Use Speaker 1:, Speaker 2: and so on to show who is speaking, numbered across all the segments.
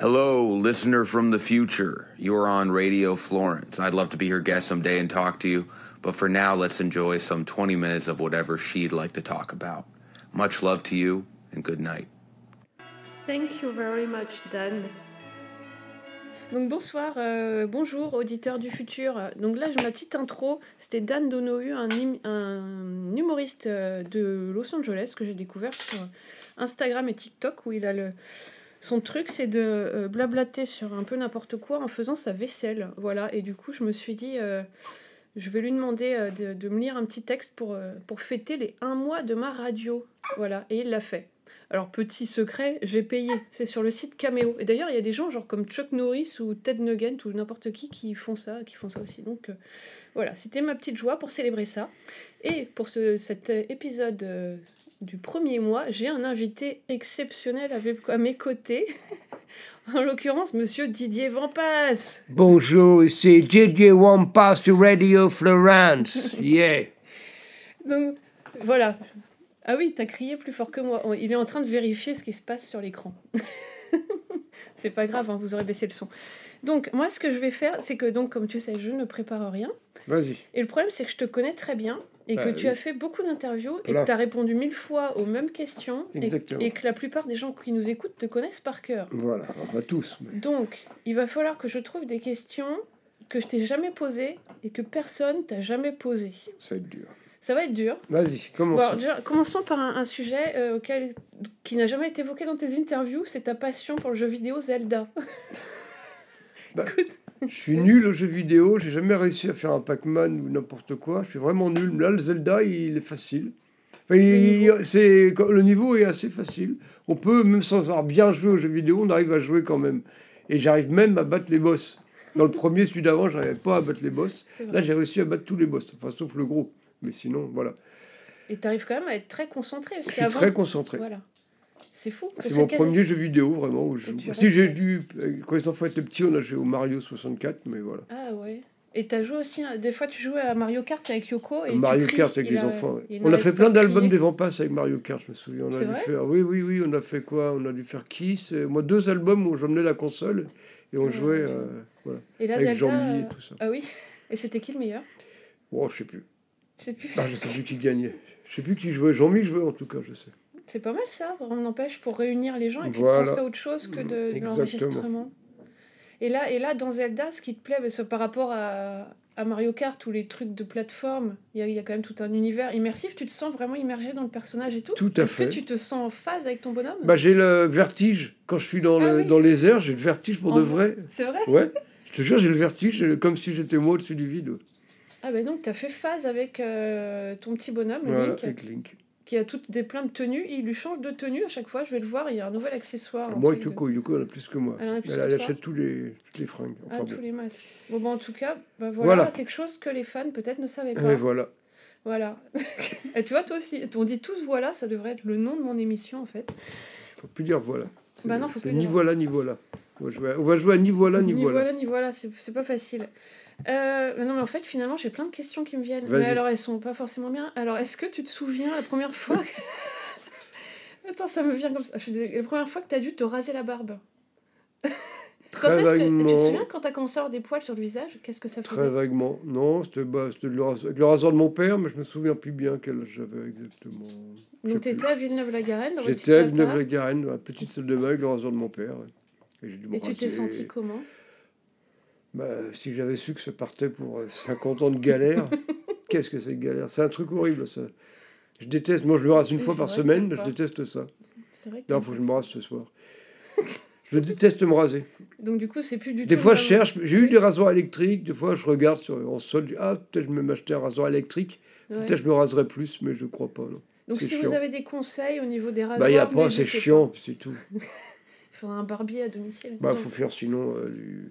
Speaker 1: Hello, listener from the future. You're on Radio Florence. I'd love to be your guest someday and talk to you, but for now, let's enjoy some 20 minutes of whatever she'd like to talk about. Much love to you, and good night.
Speaker 2: Thank you very much, Dan.
Speaker 3: Donc bonsoir, euh, bonjour auditeurs du futur. Donc là, j'ai ma petite intro. C'était Dan Donohue, un, hum- un humoriste euh, de Los Angeles que j'ai découvert sur Instagram et TikTok où il a le... Son truc, c'est de euh, blablater sur un peu n'importe quoi en faisant sa vaisselle. Voilà, et du coup, je me suis dit, euh, je vais lui demander euh, de, de me lire un petit texte pour, euh, pour fêter les un mois de ma radio. Voilà, et il l'a fait. Alors, petit secret, j'ai payé. C'est sur le site Cameo. Et d'ailleurs, il y a des gens genre comme Chuck Norris ou Ted Nugent ou n'importe qui qui font ça, qui font ça aussi. Donc, euh, voilà, c'était ma petite joie pour célébrer ça. Et pour ce, cet euh, épisode euh, du premier mois, j'ai un invité exceptionnel avec, à mes côtés. en l'occurrence, monsieur Didier Vampas.
Speaker 4: Bonjour, ici Didier Wampas de Radio Florence. Yeah.
Speaker 3: Donc, voilà. Ah oui, t'as crié plus fort que moi. Oh, Il est en train de vérifier ce qui se passe sur l'écran. c'est pas grave, hein, vous aurez baissé le son. Donc, moi, ce que je vais faire, c'est que, donc, comme tu sais, je ne prépare rien.
Speaker 4: Vas-y.
Speaker 3: Et le problème, c'est que je te connais très bien et que
Speaker 4: Bah
Speaker 3: tu
Speaker 4: oui.
Speaker 3: as fait beaucoup d'interviews et
Speaker 4: Voilà.
Speaker 3: que tu as répondu mille fois aux mêmes questions et-
Speaker 4: Exactement.
Speaker 3: et que la plupart des gens qui nous écoutent te connaissent par cœur.
Speaker 4: Voilà, on va tous. mais-
Speaker 3: Donc, il va falloir que je trouve des questions que je t'ai jamais posées et que personne t'a jamais posées.
Speaker 4: Ça va être dur.
Speaker 3: Ça va être dur.
Speaker 4: Vas-y,
Speaker 3: Bon,
Speaker 4: commence.
Speaker 3: alors, déjà, commençons par un, un sujet euh, auquel, qui n'a jamais été évoqué dans tes interviews, c'est ta passion pour le jeu vidéo Zelda.
Speaker 4: Je suis nul aux jeux vidéo, j'ai jamais réussi à faire un Pac-Man ou n'importe quoi. Je suis vraiment nul. Là, le Zelda, il est facile. Enfin, il-
Speaker 3: niveau-
Speaker 4: il- c'est, le niveau est assez facile. On peut, même sans avoir bien joué aux jeux vidéo, on arrive à jouer quand même. Et j'arrive même à battre les boss. Dans le premier, celui d'avant, j'arrivais pas à battre les boss.
Speaker 3: C'est
Speaker 4: Là,
Speaker 3: vrai.
Speaker 4: j'ai réussi à battre tous les boss, enfin, sauf le gros. Mais sinon, voilà.
Speaker 3: Et t'arrives quand même à être très concentré. Parce
Speaker 4: Je suis
Speaker 3: qu'avant-
Speaker 4: très concentré.
Speaker 3: Voilà. C'est fou.
Speaker 4: C'est
Speaker 3: parce
Speaker 4: mon
Speaker 3: que-
Speaker 4: premier jeu vidéo vraiment où je
Speaker 3: Et tu
Speaker 4: joue. Si j'ai
Speaker 3: restes-
Speaker 4: dû euh, quand les enfants étaient petits, on a joué au Mario 64, mais voilà.
Speaker 3: Ah ouais. Et t'as joué aussi, hein, des fois tu jouais à Mario Kart avec Yoko. Et tu
Speaker 4: Mario
Speaker 3: cries,
Speaker 4: Kart avec
Speaker 3: il
Speaker 4: les
Speaker 3: a-
Speaker 4: enfants. ouais.
Speaker 3: il
Speaker 4: On a
Speaker 3: n'arrête
Speaker 4: fait
Speaker 3: pas
Speaker 4: plein
Speaker 3: de
Speaker 4: d'albums
Speaker 3: crier.
Speaker 4: des Vampass avec Mario Kart, je me souviens. On a
Speaker 3: C'est
Speaker 4: dû
Speaker 3: vrai
Speaker 4: faire. Oui, oui, oui. On a fait quoi On a dû faire Kiss. euh, Moi, deux albums où j'emmenais la console et on
Speaker 3: Ouais,
Speaker 4: jouait
Speaker 3: ouais.
Speaker 4: euh, voilà,
Speaker 3: Et là,
Speaker 4: avec
Speaker 3: Zelda.
Speaker 4: Jean-Mi
Speaker 3: euh,
Speaker 4: et tout ça.
Speaker 3: Ah oui. Et c'était qui le meilleur
Speaker 4: Oh, je sais plus.
Speaker 3: Je sais plus.
Speaker 4: Ah, je sais plus qui gagnait. Je sais plus qui jouait. Jean-Mi jouait en tout cas, je sais.
Speaker 3: C'est pas mal ça, on n'empêche, pour réunir les gens et puis
Speaker 4: Voilà.
Speaker 3: penser à autre chose que de, de
Speaker 4: Exactement.
Speaker 3: l'enregistrement. Et là, et là, dans Zelda, ce qui te plaît, parce que par rapport à, à Mario Kart ou les trucs de plateforme, il y, a- il y a quand même tout un univers immersif, tu te sens vraiment immergé dans le personnage et tout.
Speaker 4: Tout à
Speaker 3: Est-ce que
Speaker 4: fait.
Speaker 3: tu te sens en phase avec ton bonhomme
Speaker 4: Bah, j'ai le vertige quand je suis dans,
Speaker 3: Ah
Speaker 4: le,
Speaker 3: oui.
Speaker 4: dans les airs. J'ai le vertige pour
Speaker 3: En
Speaker 4: de
Speaker 3: vrai.
Speaker 4: vrai.
Speaker 3: C'est vrai
Speaker 4: Ouais. Je te jure, j'ai le vertige, euh, comme si j'étais moi au-dessus du vide.
Speaker 3: Ah ben donc, tu as fait phase avec euh, ton petit bonhomme,
Speaker 4: Voilà,
Speaker 3: Link,
Speaker 4: avec Link.
Speaker 3: qui a toutes des plein de tenues, il lui change de tenue à chaque fois, je vais le voir, il y a un nouvel accessoire. un
Speaker 4: Moi et
Speaker 3: truc de-
Speaker 4: Yoko, Yoko elle en a plus que moi.
Speaker 3: Elle en a plus
Speaker 4: Elle,
Speaker 3: que
Speaker 4: elle
Speaker 3: toi.
Speaker 4: achète tous les, toutes les fringues. Enfin
Speaker 3: Ah,
Speaker 4: bon.
Speaker 3: tous les masques. Bon, bah, en tout cas, bah, voilà,
Speaker 4: Voilà. Ah,
Speaker 3: quelque chose que les fans peut-être ne savaient pas.
Speaker 4: Mais Eh, voilà.
Speaker 3: Voilà. Et tu vois, toi aussi, on dit tous voilà, ça devrait être le nom de mon émission en fait.
Speaker 4: Faut plus dire voilà. C'est-
Speaker 3: Bah non, faut
Speaker 4: c'est
Speaker 3: plus
Speaker 4: ni
Speaker 3: dire.
Speaker 4: voilà, ni voilà. On va jouer à, on va jouer à ni voilà, ni, voilà.
Speaker 3: ni voilà, c'est c'est pas facile. Euh, mais non, mais en fait, finalement, j'ai plein de questions qui me viennent.
Speaker 4: Vas-y.
Speaker 3: Mais alors, elles sont pas forcément bien. Alors, est-ce que tu te souviens la première fois que- Attends, ça me vient comme ça. Je suis désolée. La première fois que t'as dû te raser la barbe. Quand est-ce que... Tu te
Speaker 4: vaguement.
Speaker 3: souviens quand t'as commencé à avoir des poils sur le visage Qu'est-ce que ça faisait
Speaker 4: Très vaguement. Non, c'était bah, c'était le, ras- avec le rasoir de mon père, mais je me souviens plus bien quel âge j'avais exactement. je sais
Speaker 3: Donc, t'étais à Villeneuve-la-Garenne, dans votre
Speaker 4: J'étais à
Speaker 3: petit appart.
Speaker 4: Villeneuve-la-Garenne, dans la petite salle de bain avec le rasoir de mon père. Et, j'ai dû me
Speaker 3: Et tu t'es
Speaker 4: raser.
Speaker 3: senti comment
Speaker 4: Bah, si j'avais su que ça partait pour euh, 50 ans de galère, qu'est-ce que c'est que galère C'est un truc horrible, ça. Je déteste. Moi, je me rase une
Speaker 3: Oui,
Speaker 4: fois
Speaker 3: c'est
Speaker 4: par
Speaker 3: vrai que
Speaker 4: semaine,
Speaker 3: t'aimes
Speaker 4: je
Speaker 3: pas.
Speaker 4: déteste ça.
Speaker 3: C'est vrai que
Speaker 4: Non, faut que je me rase ce soir. Je déteste me raser.
Speaker 3: Donc, du coup, c'est plus du
Speaker 4: Des
Speaker 3: tout
Speaker 4: fois, je
Speaker 3: vraiment-
Speaker 4: cherche. J'ai
Speaker 3: Oui.
Speaker 4: eu des rasoirs électriques. Des fois, je regarde sur, en solde. Ah, peut-être je vais m'acheter un rasoir électrique.
Speaker 3: Ouais.
Speaker 4: Peut-être je me raserai plus, mais je crois pas. Non.
Speaker 3: Donc
Speaker 4: C'est
Speaker 3: si vous
Speaker 4: chiant.
Speaker 3: avez des conseils au niveau des rasoirs,
Speaker 4: Bah, il n'y a pas, c'est
Speaker 3: n'hésitez
Speaker 4: chiant, c'est tout.
Speaker 3: pas. Il faudra un barbier à domicile.
Speaker 4: Bah,
Speaker 3: Donc,
Speaker 4: faut faire sinon euh, du,
Speaker 3: du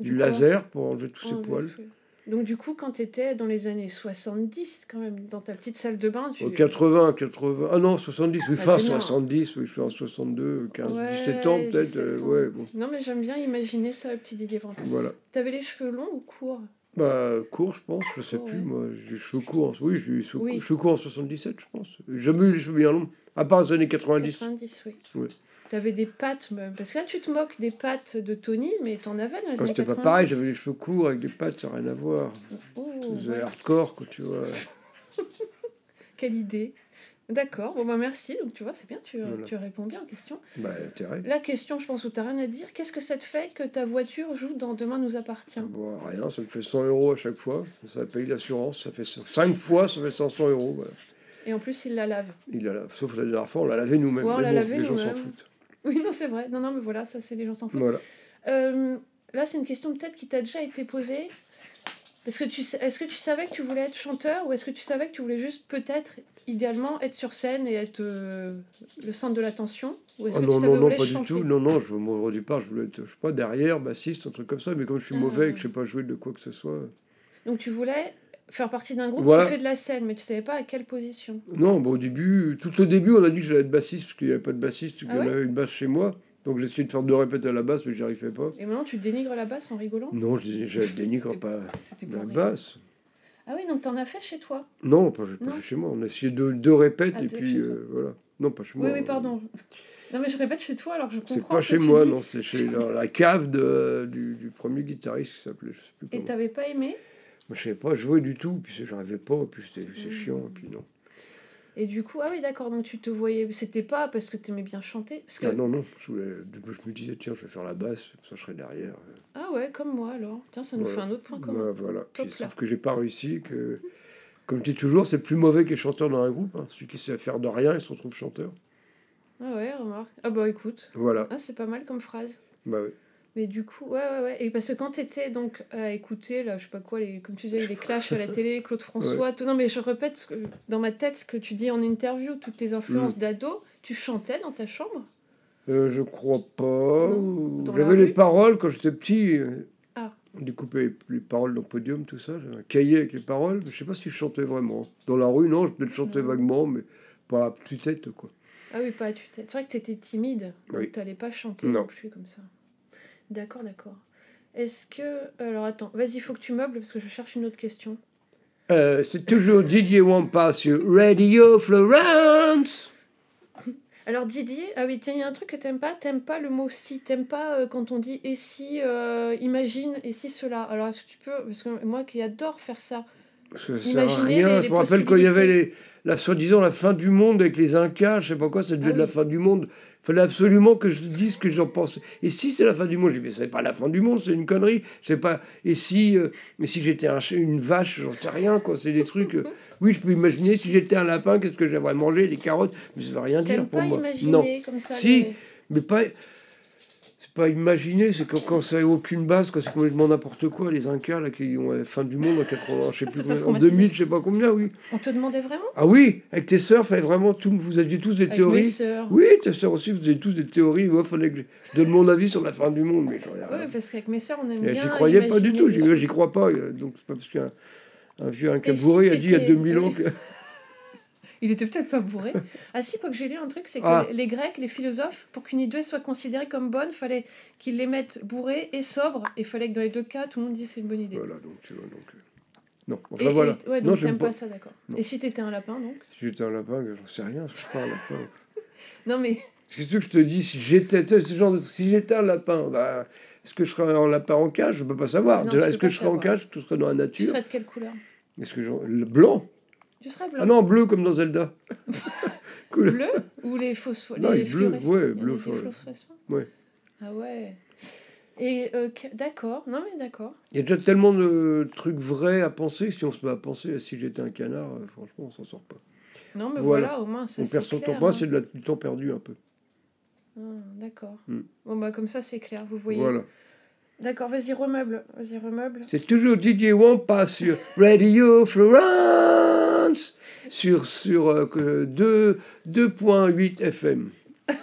Speaker 4: du
Speaker 3: coup,
Speaker 4: laser pour enlever tous
Speaker 3: on-
Speaker 4: ces
Speaker 3: on-
Speaker 4: poils.
Speaker 3: Oh, Donc du coup, quand tu étais dans les années 70, quand même, dans ta petite salle de bain, tu...
Speaker 4: Au 80, 80. Ah non, 70, oui,
Speaker 3: Ah,
Speaker 4: fin
Speaker 3: t'es mort.
Speaker 4: 70, oui, je suis en 62, 15,
Speaker 3: Ouais,
Speaker 4: 17 ans peut-être.
Speaker 3: 17
Speaker 4: euh,
Speaker 3: ans.
Speaker 4: ouais, bon.
Speaker 3: Non, mais j'aime bien imaginer ça, le petit Didier Vampas.
Speaker 4: Voilà.
Speaker 3: T'avais les cheveux longs ou courts
Speaker 4: Bah, court, je pense, je sais
Speaker 3: Oh,
Speaker 4: plus,
Speaker 3: ouais.
Speaker 4: moi. J'ai eu cheveux courts, en- oui, j'ai eu cheveux-
Speaker 3: Oui.
Speaker 4: cheveux courts en 77, je pense. J'ai jamais eu les cheveux bien longs, à part les années 90.
Speaker 3: 90, oui.
Speaker 4: Ouais.
Speaker 3: T'avais des pattes, même. parce que là tu te moques des pattes de Tony, mais t'en avais dans les
Speaker 4: Quand
Speaker 3: années
Speaker 4: j'étais pas
Speaker 3: 90.
Speaker 4: pareil, j'avais les cheveux courts avec des pattes, ça n'a rien à voir.
Speaker 3: Oh,
Speaker 4: C'est
Speaker 3: ouais.
Speaker 4: hardcore, quoi, tu vois.
Speaker 3: Quelle idée. D'accord, bon bah merci, donc tu vois, c'est bien, tu,
Speaker 4: Voilà.
Speaker 3: tu réponds bien aux questions.
Speaker 4: Bah, intérêt.
Speaker 3: La question, je pense, où t'as rien à dire, qu'est-ce que ça te fait que ta voiture joue dans Demain nous appartient
Speaker 4: Bon, rien, ça me fait 100 euros à chaque fois. Ça paye l'assurance, ça fait 5 fois, ça fait 500 euros. voilà.
Speaker 3: Et en plus, il la lave.
Speaker 4: Il a la- Sauf la dernière fois, on l'a lavé nous-mêmes.
Speaker 3: Ouais, on
Speaker 4: mais
Speaker 3: l'a
Speaker 4: bon,
Speaker 3: lavé
Speaker 4: les gens s'en
Speaker 3: nous-mêmes.
Speaker 4: foutent.
Speaker 3: Oui, non, c'est vrai. Non, non, mais voilà, ça, c'est les gens s'en foutent.
Speaker 4: Voilà.
Speaker 3: Euh, là, c'est une question peut-être qui t'a déjà été posée. Est-ce que, tu, sais- est-ce que tu savais que tu voulais être chanteur ou est-ce que tu savais que tu voulais juste peut-être, idéalement, être sur scène et être euh, le centre de l'attention Ou est-ce
Speaker 4: Ah
Speaker 3: que
Speaker 4: non,
Speaker 3: tu savais
Speaker 4: non, non,
Speaker 3: voulais
Speaker 4: pas du
Speaker 3: chanter
Speaker 4: tout. Non, non, je, mon au départ, je voulais être, je sais pas, derrière, bassiste, un truc comme ça. Mais comme je suis
Speaker 3: Ah.
Speaker 4: mauvais et que je sais pas jouer de quoi que ce soit.
Speaker 3: Donc tu voulais faire partie d'un groupe
Speaker 4: Voilà.
Speaker 3: qui fait de la scène, mais tu savais pas à quelle position.
Speaker 4: Non, bon, au début, tout au début, on a dit que j'allais être bassiste, parce qu'il n'y avait pas de bassiste, qu'il y
Speaker 3: Ah
Speaker 4: en
Speaker 3: ouais
Speaker 4: avait une basse chez moi. Donc j'ai essayé de faire deux répètes à la basse, mais j'y arrivais pas.
Speaker 3: Et maintenant, tu dénigres la basse en rigolant
Speaker 4: Non, je, dis- je dénigre
Speaker 3: C'était-
Speaker 4: pas
Speaker 3: C'était
Speaker 4: la
Speaker 3: pour rire.
Speaker 4: basse.
Speaker 3: Ah oui, donc t'en as fait chez toi.
Speaker 4: Non, pas, pas
Speaker 3: Non.
Speaker 4: fait chez moi. On a essayé deux, deux répètes,
Speaker 3: Ah,
Speaker 4: et
Speaker 3: deux
Speaker 4: puis
Speaker 3: chez toi.
Speaker 4: euh, voilà. Non, pas chez
Speaker 3: Oui,
Speaker 4: moi.
Speaker 3: oui, pardon. Non, mais je répète chez toi, alors je comprends.
Speaker 4: euh, C'est pas
Speaker 3: ce que
Speaker 4: chez
Speaker 3: tu
Speaker 4: moi,
Speaker 3: dis.
Speaker 4: non, c'est chez dans la cave de- du, du premier guitariste qui s'appelait, je sais plus
Speaker 3: Et
Speaker 4: comment.
Speaker 3: t'avais pas aimé
Speaker 4: Moi, je savais pas jouer du tout, puis j'arrivais pas, puis c'était c'est
Speaker 3: Mm.
Speaker 4: chiant, puis non.
Speaker 3: Et du coup, ah oui, d'accord, donc tu te voyais. C'était pas parce que t'aimais bien chanter. Parce que...
Speaker 4: Ah non, non, je voulais- du coup, je me disais, tiens, je vais faire la basse, comme ça je serai derrière.
Speaker 3: Ah ouais, comme moi alors. Tiens, ça nous
Speaker 4: Voilà.
Speaker 3: fait un autre point commun.
Speaker 4: Bah, voilà. Puis,
Speaker 3: Hop là.
Speaker 4: sauf que j'ai pas réussi, que comme je dis toujours, c'est plus mauvais que les chanteurs dans un groupe. hein. Celui qui sait faire de rien, il se retrouve chanteur.
Speaker 3: Ah ouais, remarque. Ah bah écoute.
Speaker 4: Voilà.
Speaker 3: Ah, c'est pas mal comme phrase.
Speaker 4: Bah, ouais.
Speaker 3: Mais du coup, ouais, ouais, ouais. Et parce que quand t'étais donc à écouter, là, je sais pas quoi, les, comme tu disais, les clashs à la télé, Claude François, tout- non, mais je répète ce que- dans ma tête ce que tu dis en interview, toutes tes influences
Speaker 4: Mm.
Speaker 3: d'ado, tu chantais dans ta chambre
Speaker 4: Euh, je crois pas.
Speaker 3: Non, dans la
Speaker 4: J'avais les
Speaker 3: rue.
Speaker 4: paroles quand j'étais petit. euh,
Speaker 3: Ah.
Speaker 4: On découpait les, les paroles dans le podium, tout ça. J'avais un cahier avec les paroles. mais Je sais pas si je chantais vraiment. Dans la rue, non, je peut-être chantais
Speaker 3: Mm.
Speaker 4: vaguement, mais pas à petite tête, quoi.
Speaker 3: Ah oui, pas tu C'est vrai que t'étais timide, donc
Speaker 4: Oui.
Speaker 3: t'allais pas chanter
Speaker 4: Non.
Speaker 3: non. plus comme ça. D'accord, d'accord. Est-ce que. Alors attends, vas-y, faut que tu meubles parce que je cherche une autre question.
Speaker 4: Euh, c'est toujours Didier Wampa sur Radio Florence.
Speaker 3: Alors Didier, ah oui, tiens, il y a un truc que t'aimes pas, t'aimes pas le mot si, t'aimes pas euh, quand on dit et si, euh, imagine, et si cela. Alors est-ce que tu peux, parce que moi qui adore faire ça,
Speaker 4: Parce que ça sert à
Speaker 3: Imaginez
Speaker 4: rien.
Speaker 3: les- les
Speaker 4: je me rappelle quand il y avait
Speaker 3: possibilités.
Speaker 4: les, la soi-disant la fin du monde avec les Incas, je sais pas quoi, ça devait
Speaker 3: Ah
Speaker 4: être la
Speaker 3: oui.
Speaker 4: fin du monde. Il fallait absolument que je dise ce que j'en pensais. Et si c'est la fin du monde, je dis mais c'est pas la fin du monde, c'est une connerie. C'est pas. Et si, euh, mais si j'étais un ch- une vache, j'en sais rien quoi. C'est des trucs. euh, Oui, je peux imaginer si j'étais un lapin, qu'est-ce que j'aimerais manger, des carottes, mais ça veut rien dire
Speaker 3: t'aimes
Speaker 4: pour
Speaker 3: pas
Speaker 4: moi.
Speaker 3: imaginer
Speaker 4: Non.
Speaker 3: comme ça.
Speaker 4: Si.
Speaker 3: les-
Speaker 4: Mais pas. C'est pas imaginer, c'est quand, quand ça n'a aucune base, quand c'est complètement n'importe quoi, les Incas, là, qui ont la fin du monde en 80, je sais
Speaker 3: Ça
Speaker 4: plus
Speaker 3: t'a
Speaker 4: combien, en
Speaker 3: traumatisé.
Speaker 4: 2000, je sais pas combien, oui.
Speaker 3: On te demandait vraiment
Speaker 4: Ah oui, avec tes sœurs, fallait vraiment tout, vous aviez tous des
Speaker 3: Avec mes
Speaker 4: théories.
Speaker 3: sœurs.
Speaker 4: Oui, tes sœurs aussi, vous aviez tous des théories. Moi, fallait que je donne mon avis sur la fin du monde, mais j'en ai
Speaker 3: Ouais,
Speaker 4: rien.
Speaker 3: parce qu'avec mes sœurs, on aime bien.
Speaker 4: Et Eh, J'y croyais pas
Speaker 3: imaginer
Speaker 4: du tout,
Speaker 3: des
Speaker 4: j'y ouais,
Speaker 3: choses.
Speaker 4: j'y crois pas. euh, Donc, c'est pas parce qu'un un vieux Inca
Speaker 3: Et si
Speaker 4: bourré a dit il y a
Speaker 3: t'étais-
Speaker 4: 2000 ans
Speaker 3: oui.
Speaker 4: que.
Speaker 3: Il était peut-être pas bourré. ah si, quoi que j'ai lu un truc, c'est que
Speaker 4: Ah.
Speaker 3: les, les Grecs, les philosophes, pour qu'une idée soit considérée comme bonne, fallait qu'ils les mettent bourrés et sobres. Et fallait que dans les deux cas, tout le monde dise c'est une bonne idée.
Speaker 4: Voilà, donc tu vois. Donc... euh, Non,
Speaker 3: Et-
Speaker 4: enfin voilà.
Speaker 3: et- ouais,
Speaker 4: non,
Speaker 3: donc
Speaker 4: j'aime
Speaker 3: t'aimes pas
Speaker 4: pas.
Speaker 3: ça, d'accord.
Speaker 4: Non.
Speaker 3: Et si t'étais un lapin, donc
Speaker 4: Si j'étais un lapin, j'en sais rien, je parle. lapin.
Speaker 3: Non mais,
Speaker 4: Qu'est-ce que tu veux que je te dis Si j'étais tu sais, ce genre de- si j'étais un lapin, bah, est-ce que je serais un lapin en cage Je peux pas savoir.
Speaker 3: Non,
Speaker 4: Déjà,
Speaker 3: tu
Speaker 4: est-ce
Speaker 3: peux
Speaker 4: que
Speaker 3: pas
Speaker 4: je serais en
Speaker 3: savoir.
Speaker 4: cage Est-ce que je serais dans la
Speaker 3: tu
Speaker 4: nature
Speaker 3: serais de quelle couleur
Speaker 4: Est-ce que j'en- le blanc
Speaker 3: Tu serais bleu.
Speaker 4: Ah non, bleu comme dans Zelda. cool.
Speaker 3: Bleu Ou les phospho-
Speaker 4: Non,
Speaker 3: les
Speaker 4: il est bleu,
Speaker 3: fluorescents-
Speaker 4: ouais,
Speaker 3: les-
Speaker 4: bleu,
Speaker 3: les
Speaker 4: fluorescent.
Speaker 3: fluorescents
Speaker 4: Ouais.
Speaker 3: Ah ouais. Et euh, que- d'accord, non mais d'accord.
Speaker 4: Il y a déjà tellement de trucs vrais à penser. Si on se met à penser, si j'étais un canard, euh, franchement, on s'en sort pas.
Speaker 3: Non mais
Speaker 4: Voilà.
Speaker 3: voilà, au moins ça
Speaker 4: On
Speaker 3: c'est
Speaker 4: perd son
Speaker 3: clair,
Speaker 4: temps. Moi,
Speaker 3: hein.
Speaker 4: c'est de la- du temps perdu un peu.
Speaker 3: Ah, D'accord.
Speaker 4: Hmm.
Speaker 3: Bon bah comme ça c'est clair, vous voyez.
Speaker 4: Voilà.
Speaker 3: D'accord, vas-y remeuble, vas-y remeuble.
Speaker 4: C'est toujours Didier Wampa sur Radio Florence sur, sur euh, que- deux- 2.8 FM.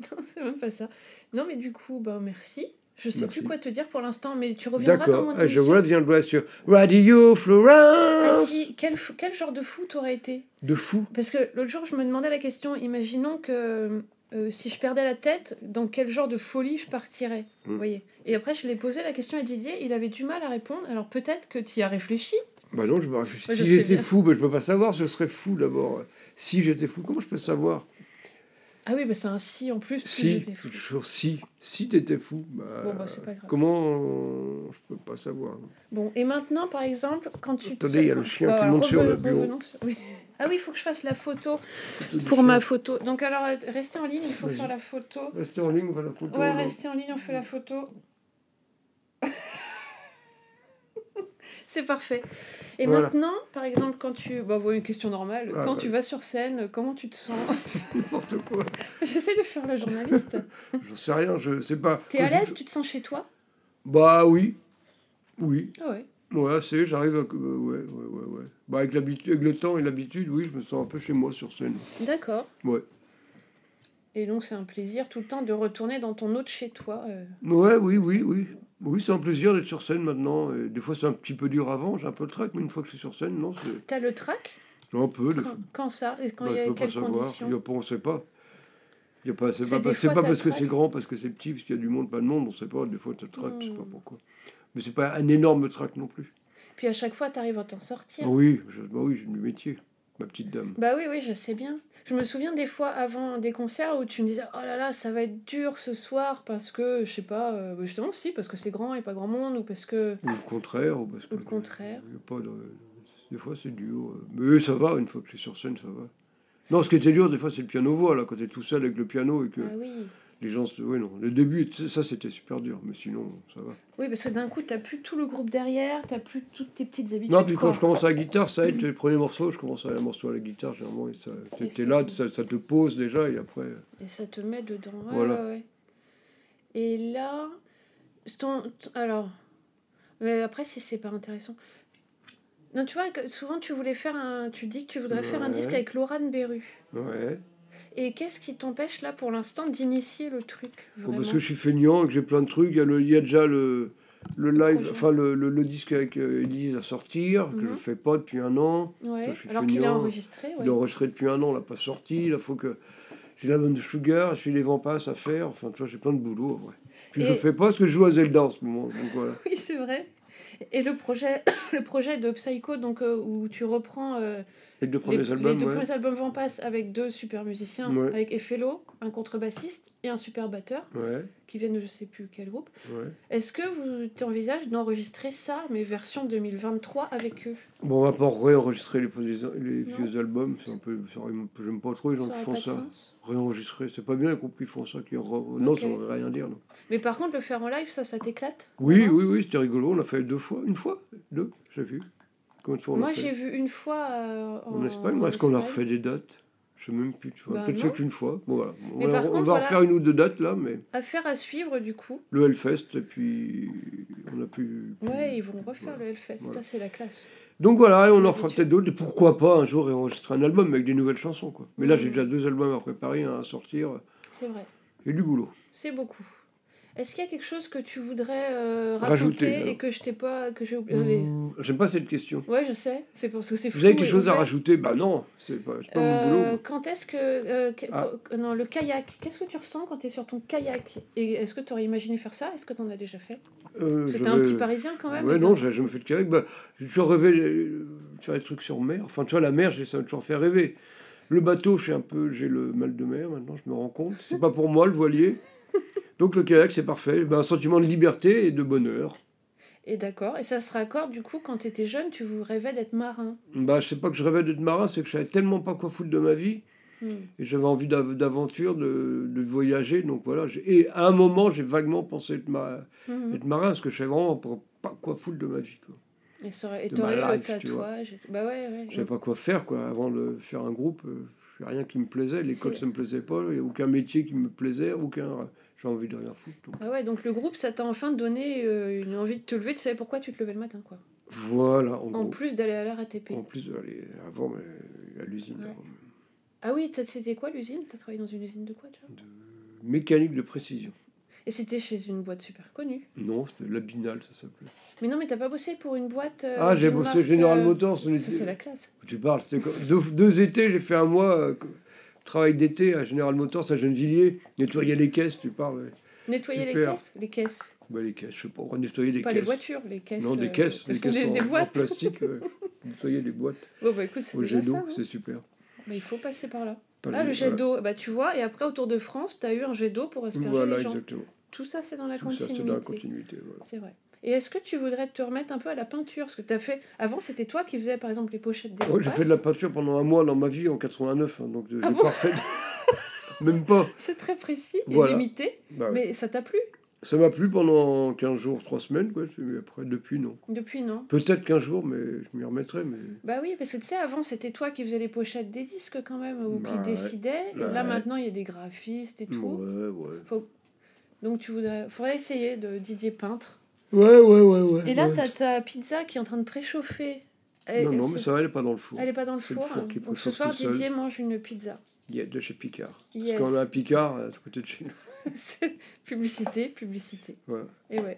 Speaker 3: Non, c'est même pas ça. Non, mais du coup, ben merci. Je sais
Speaker 4: Merci.
Speaker 3: plus quoi te dire pour l'instant, mais tu reviendras dans
Speaker 4: D'accord,
Speaker 3: mon
Speaker 4: Ah, je
Speaker 3: émission.
Speaker 4: reviendrai sur Radio Florence.
Speaker 3: Ah si, quel, fou- quel genre de fou t'aurais été
Speaker 4: De fou.
Speaker 3: Parce que l'autre jour, je me demandais la question, imaginons que euh, si je perdais la tête, dans quel genre de folie je partirais
Speaker 4: Hmm.
Speaker 3: Vous voyez Et après, je l'ai posé la question à Didier, il avait du mal à répondre, alors peut-être que tu y as réfléchi.
Speaker 4: Bah non, je me réfléchis.
Speaker 3: Ouais, je
Speaker 4: si
Speaker 3: sais
Speaker 4: j'étais bah,
Speaker 3: bien.
Speaker 4: fou, mais je peux pas savoir, je serais fou d'abord. Si j'étais fou, comment je peux savoir
Speaker 3: Ah oui, bah c'est un si en plus. plus
Speaker 4: Si,
Speaker 3: j'étais fou.
Speaker 4: toujours si. Si t'étais fou, bah,
Speaker 3: Bon, bah c'est pas grave.
Speaker 4: comment on- je peux pas savoir.
Speaker 3: Bon, et maintenant, par exemple, quand tu...
Speaker 4: Attendez, il y a le chien qui
Speaker 3: Voilà,
Speaker 4: monte sur le
Speaker 3: revenons-
Speaker 4: bureau.
Speaker 3: revenons sur- oui. Ah oui, il faut que je fasse la photo pour ma photo. Donc alors, euh, restez en ligne, il faut
Speaker 4: Vas-y.
Speaker 3: faire la photo.
Speaker 4: Restez en ligne, on va la photo.
Speaker 3: Ouais,
Speaker 4: alors.
Speaker 3: restez en ligne, on fait la photo. C'est parfait. Et
Speaker 4: Voilà.
Speaker 3: maintenant, par exemple, quand tu... Bah, voilà une question normale.
Speaker 4: Ah,
Speaker 3: quand
Speaker 4: bah.
Speaker 3: tu vas sur scène, comment tu te sens
Speaker 4: N'importe quoi.
Speaker 3: J'essaie de faire le journaliste.
Speaker 4: J'en sais rien, je sais pas.
Speaker 3: T'es à l'aise, tu te sens chez toi
Speaker 4: Bah oui. Oui.
Speaker 3: Ah ouais.
Speaker 4: Ouais, assez, j'arrive à. euh, Ouais, ouais, ouais, ouais. Bah avec, l'habitude- avec le temps et l'habitude, oui, je me sens un peu chez moi sur scène.
Speaker 3: D'accord.
Speaker 4: Ouais.
Speaker 3: Et donc c'est un plaisir tout le temps de retourner dans ton autre chez toi. euh.
Speaker 4: Ouais, oui, oui, oui. Oui, c'est un plaisir d'être sur scène maintenant. et des fois, c'est un petit peu dur avant, j'ai un peu le trac, mais une fois que je suis sur scène, non, c'est
Speaker 3: T'as le trac
Speaker 4: un peu. le-
Speaker 3: quand, quand ça Et quand
Speaker 4: bah,
Speaker 3: il y
Speaker 4: je
Speaker 3: a
Speaker 4: peux pas
Speaker 3: quelles
Speaker 4: savoir. Il y a
Speaker 3: conditions
Speaker 4: pas, on sait pas. Il y a pas, c'est
Speaker 3: C'est
Speaker 4: pas,
Speaker 3: des
Speaker 4: parce- c'est
Speaker 3: fois,
Speaker 4: pas
Speaker 3: t'as
Speaker 4: parce
Speaker 3: le
Speaker 4: que
Speaker 3: trac.
Speaker 4: c'est grand, parce que c'est petit, parce qu'il y a du monde, pas de monde, on sait pas. Des fois, tu trac, je sais pas
Speaker 3: Hmm.
Speaker 4: pourquoi. Mais c'est pas un énorme trac non plus.
Speaker 3: Puis à chaque fois, t'arrives à t'en sortir.
Speaker 4: Ah oui, je- bah oui, j'ai du métier, ma petite dame.
Speaker 3: Bah oui, oui, je sais bien. Je me souviens des fois avant des concerts où tu me disais Oh là là, ça va être dur ce soir parce que, je sais pas, euh, justement, si, parce que c'est grand et pas grand monde ou parce que.
Speaker 4: Ou le contraire, ou parce que.
Speaker 3: Ou le contraire.
Speaker 4: il y a pas de- Des fois, c'est dur. euh, Mais ça va, une fois que je suis sur scène, ça va. Non, ce qui était dur, des fois, c'est le piano-voix, là, quand t'es tout seul avec le piano et que
Speaker 3: Ah oui.
Speaker 4: les gens se. Oui, non. Le début, ça, ça, c'était super dur, mais sinon, ça va.
Speaker 3: Oui, parce que d'un coup, t'as plus tout le groupe derrière, t'as plus toutes tes petites habitudes.
Speaker 4: Non, puis
Speaker 3: quoi.
Speaker 4: quand je commence à la guitare, ça aide. Les premiers morceaux, je commence à un morceau à la guitare, généralement, et ça. t'es-
Speaker 3: Et
Speaker 4: T'es
Speaker 3: c'est
Speaker 4: là,
Speaker 3: tout.
Speaker 4: ça, ça te pose déjà, et après.
Speaker 3: Et ça te met dedans. Ouais,
Speaker 4: Voilà.
Speaker 3: ouais, ouais. Et là, ton, ton- alors, mais après si c'est pas intéressant. Non, tu vois, que souvent tu voulais faire un, tu dis que tu voudrais faire un
Speaker 4: Ouais.
Speaker 3: disque avec Laurane Berru.
Speaker 4: euh, Ouais.
Speaker 3: Et qu'est-ce qui t'empêche là pour l'instant d'initier le truc
Speaker 4: Bon,
Speaker 3: vraiment
Speaker 4: Oh, bah, parce que je suis feignant et que j'ai plein de trucs. Il y a, le- il y a déjà le, le live,
Speaker 3: projet.
Speaker 4: enfin le, le- le disque avec euh, Elise à sortir, que je
Speaker 3: Mhm.
Speaker 4: fais pas depuis un an.
Speaker 3: Ouais,
Speaker 4: ça, je suis
Speaker 3: Alors qu'il a
Speaker 4: feignant.
Speaker 3: enregistré.
Speaker 4: Il
Speaker 3: Ouais.
Speaker 4: est enregistré depuis un an, on l'a pas sorti. Il faut que. J'ai l'album de Sugar, j'ai les vents à faire. Enfin, tu vois, j'ai plein de boulot. en vrai. Puis je
Speaker 3: Et-
Speaker 4: fais pas ce que je joue à Zelda en ce moment. Donc voilà.
Speaker 3: Oui, c'est vrai. Et le projet, le projet de Psycho, donc euh, où tu reprends euh,
Speaker 4: Les
Speaker 3: les,
Speaker 4: deux premiers
Speaker 3: les
Speaker 4: albums,
Speaker 3: deux
Speaker 4: ouais.
Speaker 3: premiers albums vont passe avec deux super musiciens,
Speaker 4: Ouais.
Speaker 3: avec Effelo, un contrebassiste et un super batteur.
Speaker 4: Ouais,
Speaker 3: qui viennent de je sais plus quel groupe.
Speaker 4: ouais.
Speaker 3: Est-ce que vous t'envisages d'enregistrer ça, mais version 2023 avec eux
Speaker 4: Bon, on va pas réenregistrer les, les
Speaker 3: Non.
Speaker 4: vieux albums. C'est un peu. ça aurait- J'aime pas trop les gens
Speaker 3: aurait
Speaker 4: qui font
Speaker 3: pas de
Speaker 4: ça.
Speaker 3: sens.
Speaker 4: Réenregistrer, c'est pas bien les groupes qui font ça. Qui re- Non,
Speaker 3: Ok.
Speaker 4: ça veut rien dire. non.
Speaker 3: Mais par contre, le faire en live, ça, ça t'éclate
Speaker 4: Oui,
Speaker 3: Vraiment
Speaker 4: oui, oui, c'était rigolo. On l'a fait deux fois. Une fois Deux J'ai vu. Combien de fois on l'a
Speaker 3: Moi,
Speaker 4: fait
Speaker 3: j'ai vu une fois euh,
Speaker 4: En Espagne, est-ce qu'on a refait des dates Je sais même plus. tu vois.
Speaker 3: Bah,
Speaker 4: Peut-être
Speaker 3: non.
Speaker 4: c'est qu'une fois. Bon, voilà. On,
Speaker 3: Mais
Speaker 4: va-
Speaker 3: par
Speaker 4: on
Speaker 3: contre,
Speaker 4: va
Speaker 3: voilà.
Speaker 4: refaire une ou deux dates là, mais
Speaker 3: Affaire à suivre, du coup.
Speaker 4: le Hellfest, et puis on a pu.
Speaker 3: Ouais, ils vont refaire
Speaker 4: Mmh. Voilà.
Speaker 3: le Hellfest. Ça,
Speaker 4: Voilà.
Speaker 3: c'est la classe.
Speaker 4: Donc voilà, et on en fera
Speaker 3: D'habitude.
Speaker 4: peut-être d'autres. Et Pourquoi pas un jour enregistrer un album avec des nouvelles chansons, quoi. Mais là, j'ai
Speaker 3: Mhm.
Speaker 4: déjà deux albums à préparer, un à sortir,
Speaker 3: C'est vrai.
Speaker 4: et du boulot.
Speaker 3: C'est beaucoup. Est-ce qu'il y a quelque chose que tu voudrais euh, raconter
Speaker 4: Rajouter, alors.
Speaker 3: et que je t'ai pas. que j'ai oublié
Speaker 4: Mmh, J'aime pas cette question.
Speaker 3: Ouais, je sais. C'est parce que c'est
Speaker 4: Vous avez
Speaker 3: flou
Speaker 4: quelque
Speaker 3: et
Speaker 4: chose à
Speaker 3: ouvert.
Speaker 4: rajouter Bah non, c'est pas, c'est pas mon
Speaker 3: Euh,
Speaker 4: boulot.
Speaker 3: quand est-ce que. euh, que-
Speaker 4: Ah.
Speaker 3: euh, Non, le kayak. Qu'est-ce que tu ressens quand tu es sur ton kayak Et est-ce que tu aurais imaginé faire ça Est-ce que tu en as déjà fait
Speaker 4: Euh,
Speaker 3: C'était
Speaker 4: je
Speaker 3: un
Speaker 4: vais-
Speaker 3: petit parisien quand même
Speaker 4: Ouais,
Speaker 3: mais
Speaker 4: non,
Speaker 3: t'as-
Speaker 4: j'ai jamais fait de kayak. Bah, j'ai toujours rêvé euh, de faire des trucs sur mer. Enfin, tu vois, la mer, j'ai- ça m'a toujours fait rêver. Le bateau, j'ai un peu, j'ai le mal de mer maintenant, je me rends compte. C'est pas pour moi le voilier. Donc le kayak, c'est parfait. Ben, un sentiment de liberté et de bonheur.
Speaker 3: Et d'accord. Et ça se raccorde du coup quand tu étais jeune, tu vous rêvais d'être marin.
Speaker 4: Bah, je sais pas que je rêvais d'être marin, c'est que je savais tellement pas quoi foutre de ma vie.
Speaker 3: Hmm.
Speaker 4: Et j'avais envie d'av- d'aventure, de, de voyager. Donc voilà. j'ai- Et à un moment, j'ai vaguement pensé être, ma-
Speaker 3: Mhm.
Speaker 4: être marin, parce que je savais vraiment pas quoi foutre de ma vie. Quoi.
Speaker 3: Et ça aurait- Et
Speaker 4: de
Speaker 3: t'aurais
Speaker 4: ma
Speaker 3: eu le
Speaker 4: life, tu vois.
Speaker 3: tatouage. et tout. Bah ouais, ouais.
Speaker 4: Je savais pas quoi faire quoi avant de faire un groupe. euh, j'ai rien qui me plaisait. L'école
Speaker 3: C'est-
Speaker 4: ça me plaisait pas. Il y a aucun métier qui me plaisait. Aucun. J'ai envie de rien foutre. donc.
Speaker 3: Ah ouais, donc le groupe, ça t'a enfin donné euh, une envie de te lever. Tu savais pourquoi tu te levais le matin, quoi.
Speaker 4: Voilà. En,
Speaker 3: En
Speaker 4: gros.
Speaker 3: plus d'aller à la RATP.
Speaker 4: En plus, allez, avant mais, à l'usine.
Speaker 3: Ouais.
Speaker 4: hein,
Speaker 3: Ah oui, t'as- c'était quoi l'usine T'as travaillé dans une usine de quoi, tu vois
Speaker 4: de mécanique de précision.
Speaker 3: Et c'était chez une boîte super connue.
Speaker 4: Non, c'était l'abinal, ça s'appelait.
Speaker 3: Mais non, mais t'as pas bossé pour une boîte. euh,
Speaker 4: ah, j'ai
Speaker 3: d'une
Speaker 4: bossé
Speaker 3: marque,
Speaker 4: General
Speaker 3: euh,
Speaker 4: Motors. on
Speaker 3: Ça,
Speaker 4: était-
Speaker 3: c'est la classe.
Speaker 4: Tu parles, c'était quoi deux, deux étés, j'ai fait un mois euh, travail d'été à General Motors à Gennevilliers. Nettoyer les caisses, tu parles. ouais.
Speaker 3: Nettoyer les
Speaker 4: Super.
Speaker 3: caisses Les caisses.
Speaker 4: Bah, les caisses, je sais pas. Nettoyer les
Speaker 3: pas les
Speaker 4: caisses.
Speaker 3: voitures, les caisses.
Speaker 4: Non, des
Speaker 3: euh,
Speaker 4: caisses,
Speaker 3: parce
Speaker 4: des
Speaker 3: que
Speaker 4: caisses en,
Speaker 3: des
Speaker 4: en
Speaker 3: boîtes.
Speaker 4: plastique. ouais. Nettoyer les boîtes
Speaker 3: Bon, bah écoute, c'est
Speaker 4: au
Speaker 3: déjà
Speaker 4: jet d'eau,
Speaker 3: ça. hein.
Speaker 4: c'est super.
Speaker 3: Mais il faut passer par là.
Speaker 4: Pas
Speaker 3: Là, le
Speaker 4: les-
Speaker 3: jet
Speaker 4: voilà.
Speaker 3: d'eau, bah, tu vois, et après, au Tour de France, tu as eu un jet d'eau pour asperger
Speaker 4: Voilà,
Speaker 3: les gens.
Speaker 4: exactement.
Speaker 3: Tout ça, c'est dans la
Speaker 4: Tout ça,
Speaker 3: continuité.
Speaker 4: c'est dans la continuité. voilà.
Speaker 3: C'est vrai. Et est-ce que tu voudrais te remettre un peu à la peinture Parce que tu as fait. Avant, c'était toi qui faisais, par exemple, les pochettes des.
Speaker 4: Oh, j'ai fait de la peinture pendant un mois dans ma vie en 89, hein, donc euh,
Speaker 3: Ah
Speaker 4: j'ai
Speaker 3: bon
Speaker 4: pas refait de- Même pas.
Speaker 3: C'est très précis et
Speaker 4: Voilà.
Speaker 3: limité,
Speaker 4: Bah,
Speaker 3: mais ça t'a plu
Speaker 4: Ça m'a plu pendant 15 jours, 3 semaines, quoi. mais Après, depuis, non.
Speaker 3: depuis, non
Speaker 4: Peut-être qu'un jour, mais je m'y remettrai. Mais...
Speaker 3: Bah oui, parce que tu sais, avant, c'était toi qui faisais les pochettes des disques quand même, ou
Speaker 4: Bah
Speaker 3: qui
Speaker 4: ouais.
Speaker 3: décidais. Et
Speaker 4: Bah
Speaker 3: là,
Speaker 4: ouais.
Speaker 3: maintenant, il y a des graphistes et tout.
Speaker 4: Ouais, ouais.
Speaker 3: Donc, tu voudrais. faudrait essayer de Didier Peintre.
Speaker 4: Ouais, ouais, ouais. ouais
Speaker 3: Et là,
Speaker 4: ouais.
Speaker 3: t'as ta pizza qui est en train de préchauffer. Elle-
Speaker 4: Non,
Speaker 3: elle
Speaker 4: non,
Speaker 3: se-
Speaker 4: mais ça va, elle est pas dans le four.
Speaker 3: Elle n'est pas dans le
Speaker 4: C'est le
Speaker 3: four.
Speaker 4: four qui
Speaker 3: hein. Donc, ce
Speaker 4: préchauffe
Speaker 3: soir,
Speaker 4: tout seul.
Speaker 3: Didier mange une pizza.
Speaker 4: Il y a de chez Picard.
Speaker 3: Yes.
Speaker 4: Parce qu'on a un Picard euh, à côté de chez nous.
Speaker 3: C'est- publicité, publicité.
Speaker 4: Voilà.
Speaker 3: Et ouais.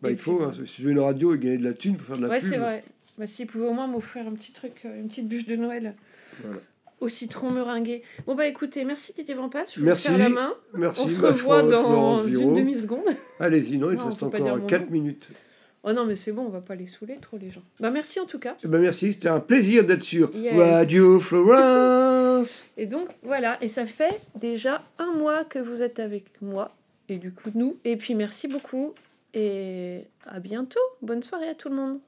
Speaker 4: Bah,
Speaker 3: Et
Speaker 4: il
Speaker 3: puis,
Speaker 4: faut, hein, si tu veux une radio et gagner de la thune, il faut faire de la
Speaker 3: ouais,
Speaker 4: pub.
Speaker 3: c'est vrai. Bah, S'il pouvait au moins m'offrir un petit truc, euh, une petite bûche de Noël euh,
Speaker 4: Voilà.
Speaker 3: au citron meringué. Bon, bah écoutez, merci Didier Van Passe. Je vous
Speaker 4: Merci.
Speaker 3: serre la main.
Speaker 4: Merci,
Speaker 3: On se
Speaker 4: ma
Speaker 3: revoit
Speaker 4: Fran-
Speaker 3: dans
Speaker 4: Florence
Speaker 3: une
Speaker 4: Giraud.
Speaker 3: demi-seconde.
Speaker 4: Allez-y, non, il
Speaker 3: Non,
Speaker 4: te reste
Speaker 3: faut pas dire mon
Speaker 4: encore
Speaker 3: nom.
Speaker 4: 4 minutes.
Speaker 3: Oh non, mais c'est bon, on va pas les saouler trop, les gens. Bah merci en tout cas.
Speaker 4: Eh ben, merci, c'était un plaisir d'être sur
Speaker 3: Yes.
Speaker 4: Radio Florence.
Speaker 3: Et donc, voilà. Et ça fait déjà un mois que vous êtes avec moi et du coup, nous. Et puis, merci beaucoup. Et à bientôt. Bonne soirée à tout le monde.